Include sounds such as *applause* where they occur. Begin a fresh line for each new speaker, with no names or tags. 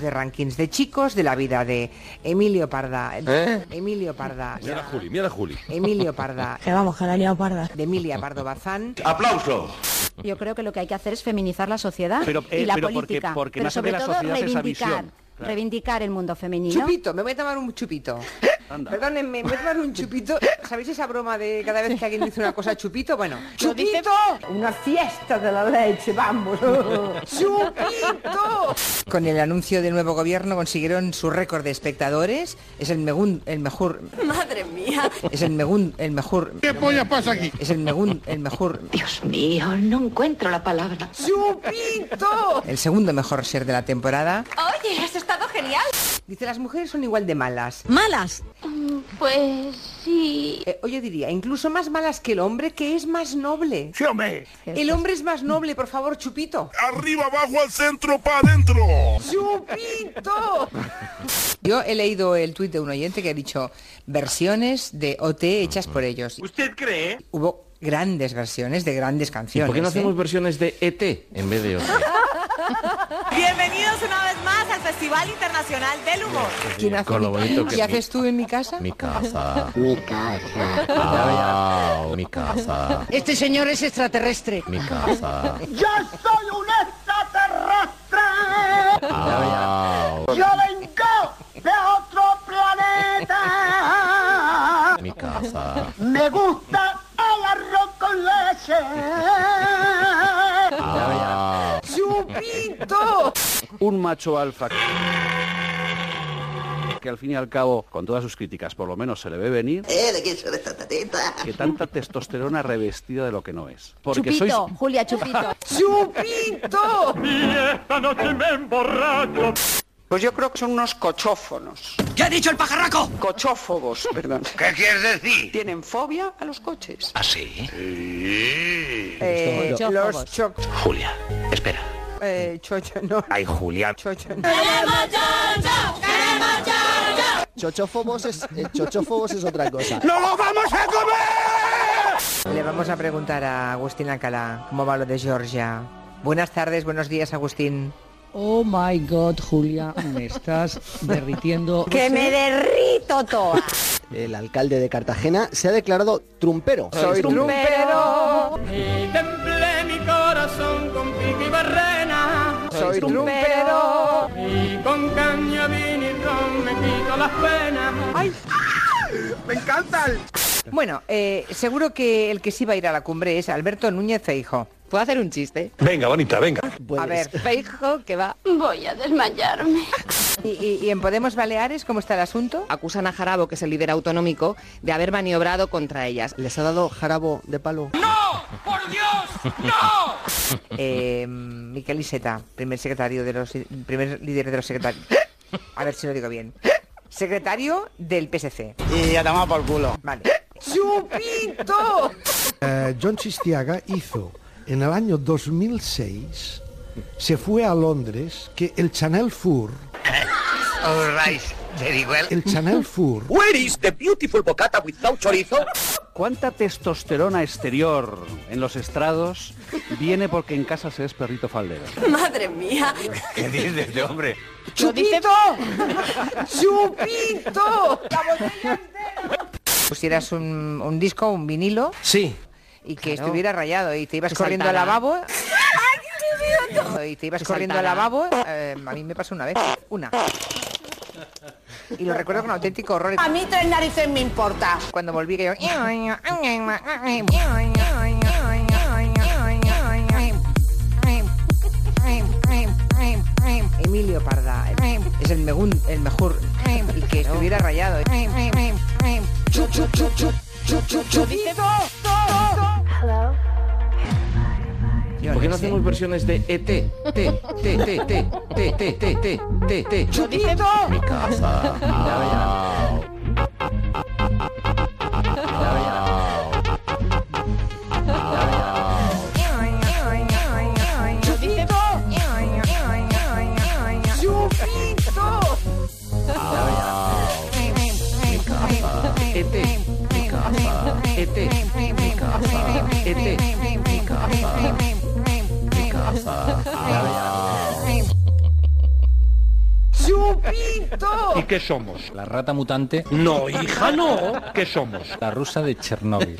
de rankings de chicos, de la vida de Emilio Parda,
¿Eh?
Emilio Parda,
Mira a Juli, mira a Juli.
Emilio Parda,
Que vamos, que la he liado parda.
de Emilia Pardo Bazán.
¡Aplauso!
Yo creo que lo que hay que hacer es feminizar la sociedad
Pero, eh,
y la
pero porque-
política,
porque
pero
nace
sobre
de la
todo
sociedad esa
reivindicar,
visión, claro.
reivindicar el mundo femenino.
Chupito, me voy a tomar un chupito.
Anda.
Perdónenme, me voy a tomar un chupito. ¿Sabéis esa broma de cada vez que alguien dice una cosa chupito? Bueno,
Lo dice-
chupito, una fiesta de la leche,
*laughs*
vamos. Chupito. Con el anuncio del nuevo gobierno consiguieron su récord de espectadores, es el megun- el mejor
Madre mía.
es el megun- el mejor
¿Qué polla pasa aquí?
es el megun- el mejor
Dios mío, no encuentro la palabra.
¡Chupito! El segundo mejor ser de la temporada.
Oye, has estado genial.
Dice, las mujeres son igual de malas.
¡Malas!
Pues sí.
Eh, o yo diría, incluso más malas que el hombre, que es más noble.
Sí, hombre.
El hombre es más noble, por favor, Chupito.
Arriba, abajo, al centro, para adentro.
¡Chupito! *laughs* Yo he leído el tuit de un oyente que ha dicho versiones de OT hechas por ellos.
¿Usted cree?
Hubo grandes versiones de grandes canciones.
¿Por qué no
¿eh?
hacemos versiones de ET en vez de otro?
Bienvenidos una vez más al Festival Internacional del Humor.
¿Quién hace
Con lo
mi-
bonito que
¿Qué
es
haces tú en mi casa?
*laughs* Mi casa.
Mi casa.
Ah, mi casa.
Este señor es extraterrestre.
Mi casa.
Yo soy un extraterrestre.
Ah,
Yo vengo de otro planeta.
mi casa.
Me gusta el arroz con leche.
Ah,
¡Chupito!
un macho alfa que al fin y al cabo, con todas sus críticas, por lo menos se le ve venir. Que tanta testosterona revestida de lo que no es. Porque
Chupito,
sois
Julia
*laughs*
Chupito.
¡Chupito!
Pues yo creo que son unos cochófonos.
¿Qué ha dicho el pajarraco?
Cochófobos, perdón.
¿Qué quieres decir?
Tienen fobia a los coches.
Ah,
así.
Eh, los choc...
Julia, espera.
Eh, chocho, no.
Ay, Julia.
Chocho, no.
Chochófobos es, eh, chochófobos es otra cosa.
¡No lo vamos a comer!
Le vamos a preguntar a Agustín Alcalá cómo va lo de Georgia. Buenas tardes, buenos días, Agustín.
Oh my god, Julia, me estás
*laughs*
derritiendo.
que me derrito toda.
El alcalde de Cartagena se ha declarado trumpero.
Soy trumpero. Soy trumpero. Ay.
¡Me encantan!
Bueno, eh, seguro que el que sí va a ir a la cumbre es Alberto Núñez Feijo.
¿Puedo hacer un chiste?
Venga, bonita, venga.
Puedes.
A ver,
Feijo que va.
Voy a desmayarme.
¿y, y- y en Podemos Baleares cómo está el asunto?
Acusan a Jarabo, que es el líder autonómico, de haber maniobrado contra ellas.
¿Les ha dado jarabo de palo?
*laughs*
Eh, Miquel Iseta, primer secretario de los... primer líder de los secretarios. A ver si lo digo bien. Secretario del PSC.
Y ya tomado por culo.
Vale. ¡Chupito!
Eh, John Chistiaga hizo en el año 2006 se fue a Londres que el Chanel Four el Chanel Four
Where is the beautiful bocata without chorizo?
¿Cuánta testosterona exterior en los estrados viene porque en casa se es perrito faldero?
Madre mía.
¿Qué dices, de hombre?
¡Chupito! ¡Chupito! Pusieras un, un disco, un vinilo
Sí.
y que
Claro.
estuviera rayado y te ibas
Que
corriendo al
saltara.
lavabo. Y te ibas
Que
corriendo al
saltara.
lavabo. eh, a mí me pasó una vez. Una. Y lo recuerdo con auténtico horror.
A mí tres narices me importa.
Cuando volví que yo... Emilio Parda es el, megun- el mejor y que estuviera rayado. Yo
¿Por qué no
sé.
hacemos versiones de ET? T, T, T, T, T, T, T, T, T, T, T. Mi casa. Ah, ET. Mi casa. ET. Mi casa. ET. Mi casa. Mi casa. Ah,
¡Chupito!
¿Y qué somos? ¿La rata mutante? No, hija, no. ¿Qué somos? La rusa de Chernóbil.